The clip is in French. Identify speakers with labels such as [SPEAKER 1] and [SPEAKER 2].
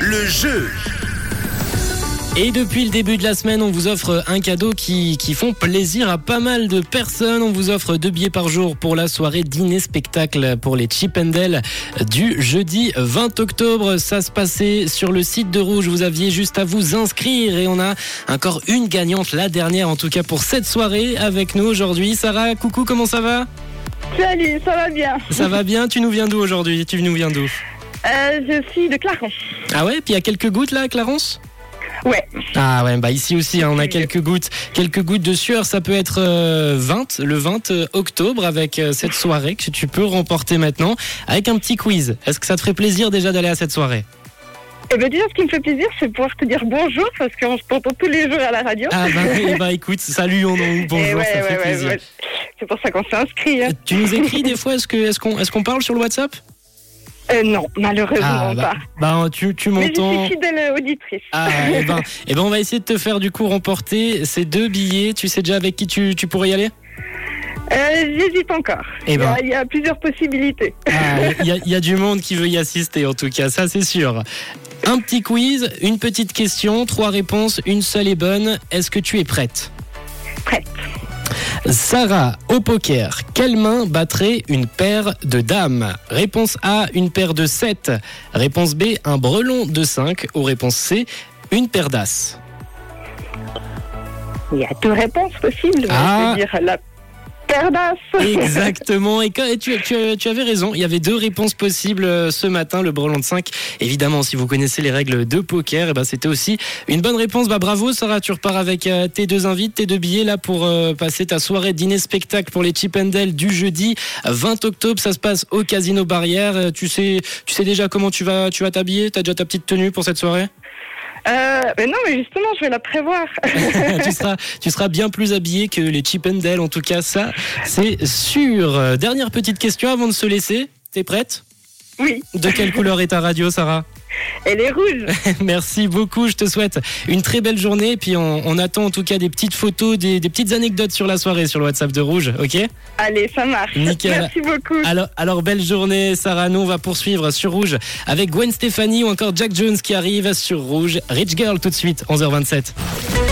[SPEAKER 1] le jeu.
[SPEAKER 2] Et depuis le début de la semaine, on vous offre un cadeau qui, qui font plaisir à pas mal de personnes. On vous offre deux billets par jour pour la soirée dîner-spectacle pour les Chip and Dale du jeudi 20 octobre. Ça se passait sur le site de Rouge. Vous aviez juste à vous inscrire et on a encore une gagnante, la dernière en tout cas pour cette soirée avec nous aujourd'hui. Sarah, coucou, comment ça va
[SPEAKER 3] Salut, ça va bien
[SPEAKER 2] Ça va bien Tu nous viens d'où aujourd'hui Tu nous viens d'où
[SPEAKER 3] Euh, Je suis de Clarence.
[SPEAKER 2] Ah ouais Puis il y a quelques gouttes là, Clarence
[SPEAKER 3] Ouais.
[SPEAKER 2] Ah ouais, bah ici aussi, hein, on a quelques gouttes, quelques gouttes de sueur. Ça peut être euh, 20, le 20 octobre, avec euh, cette soirée que tu peux remporter maintenant, avec un petit quiz. Est-ce que ça te ferait plaisir déjà d'aller à cette soirée
[SPEAKER 3] Et bien déjà, ce qui me fait plaisir, c'est de pouvoir te dire bonjour parce qu'on se t'entend tous les jours à la radio.
[SPEAKER 2] Ah bah, eh bah, écoute, salut, on en bonjour,
[SPEAKER 3] Et Eh ouais,
[SPEAKER 2] ça fait
[SPEAKER 3] ouais, ouais,
[SPEAKER 2] plaisir.
[SPEAKER 3] ouais. C'est pour ça qu'on s'est inscrit. hein.
[SPEAKER 2] Tu nous écris des fois, est-ce que- est-ce qu'on est qu'on parle sur le WhatsApp
[SPEAKER 3] Euh, non, malheureusement
[SPEAKER 2] Ah,
[SPEAKER 3] pas.
[SPEAKER 2] Bah tu, tu
[SPEAKER 3] Mais je
[SPEAKER 2] m'entends
[SPEAKER 3] suis fidèle auditrice.
[SPEAKER 2] Ah, eh ben, eh ben, on va essayer de te faire du coup remporter ces deux billets. Tu sais déjà avec qui tu, tu pourrais y aller
[SPEAKER 3] Euh, J'hésite encore.
[SPEAKER 2] Eh ben.
[SPEAKER 3] il, y a, il y a plusieurs possibilités.
[SPEAKER 2] Ah, Il y, a- il y a du monde qui veut y assister, en tout cas, ça c'est sûr. Un petit quiz, une petite question, trois réponses, une seule est bonne. Est-ce que tu es prête
[SPEAKER 3] Prête.
[SPEAKER 2] Sarah, au poker, quelle main battrait une paire de dames Réponse A, une paire de 7. Réponse B, un brelon de 5. Ou réponse C, une paire d'as.
[SPEAKER 3] Il y a deux réponses possibles. mais
[SPEAKER 2] Ah.
[SPEAKER 3] Je veux dire, la paire d'as.
[SPEAKER 2] Exactement. Et quand- et tu, tu- tu avais raison. Il y avait deux réponses possibles euh, ce matin, le brelan de 5. Évidemment, si vous connaissez les règles de poker, eh ben, c'était aussi une bonne réponse. Bah, bravo, Sarah. Tu repars avec euh, tes deux invites, tes deux billets là pour euh, passer ta soirée dîner-spectacle pour les Chip and Dale du jeudi 20 octobre. Ça se passe au Casino Barrière. Euh, Tu sais, tu sais déjà comment tu vas, tu vas t'habiller. T'as déjà ta petite tenue pour cette soirée?
[SPEAKER 3] Euh, mais non, mais justement, je vais la prévoir.
[SPEAKER 2] tu, seras, tu seras bien plus habillé que les Chip and Dale, en tout cas, ça, c'est sûr. Euh, Dernière petite question avant de se laisser. T'es prête
[SPEAKER 3] oui,
[SPEAKER 2] De quelle couleur est ta radio, Sarah
[SPEAKER 3] elle est rouge.
[SPEAKER 2] Merci beaucoup. Je te souhaite une très belle journée. Et puis, on, on attend en tout cas des petites photos, des, des petites anecdotes sur la soirée sur le WhatsApp de Rouge, ok
[SPEAKER 3] Allez, ça marche.
[SPEAKER 2] Nickel.
[SPEAKER 3] Merci beaucoup.
[SPEAKER 2] alors, alors, belle journée, Sarah. Nous, on va poursuivre sur Rouge avec Gwen Stefani ou encore Jack Jones qui arrive sur Rouge. Rich Girl tout de suite, 11h27.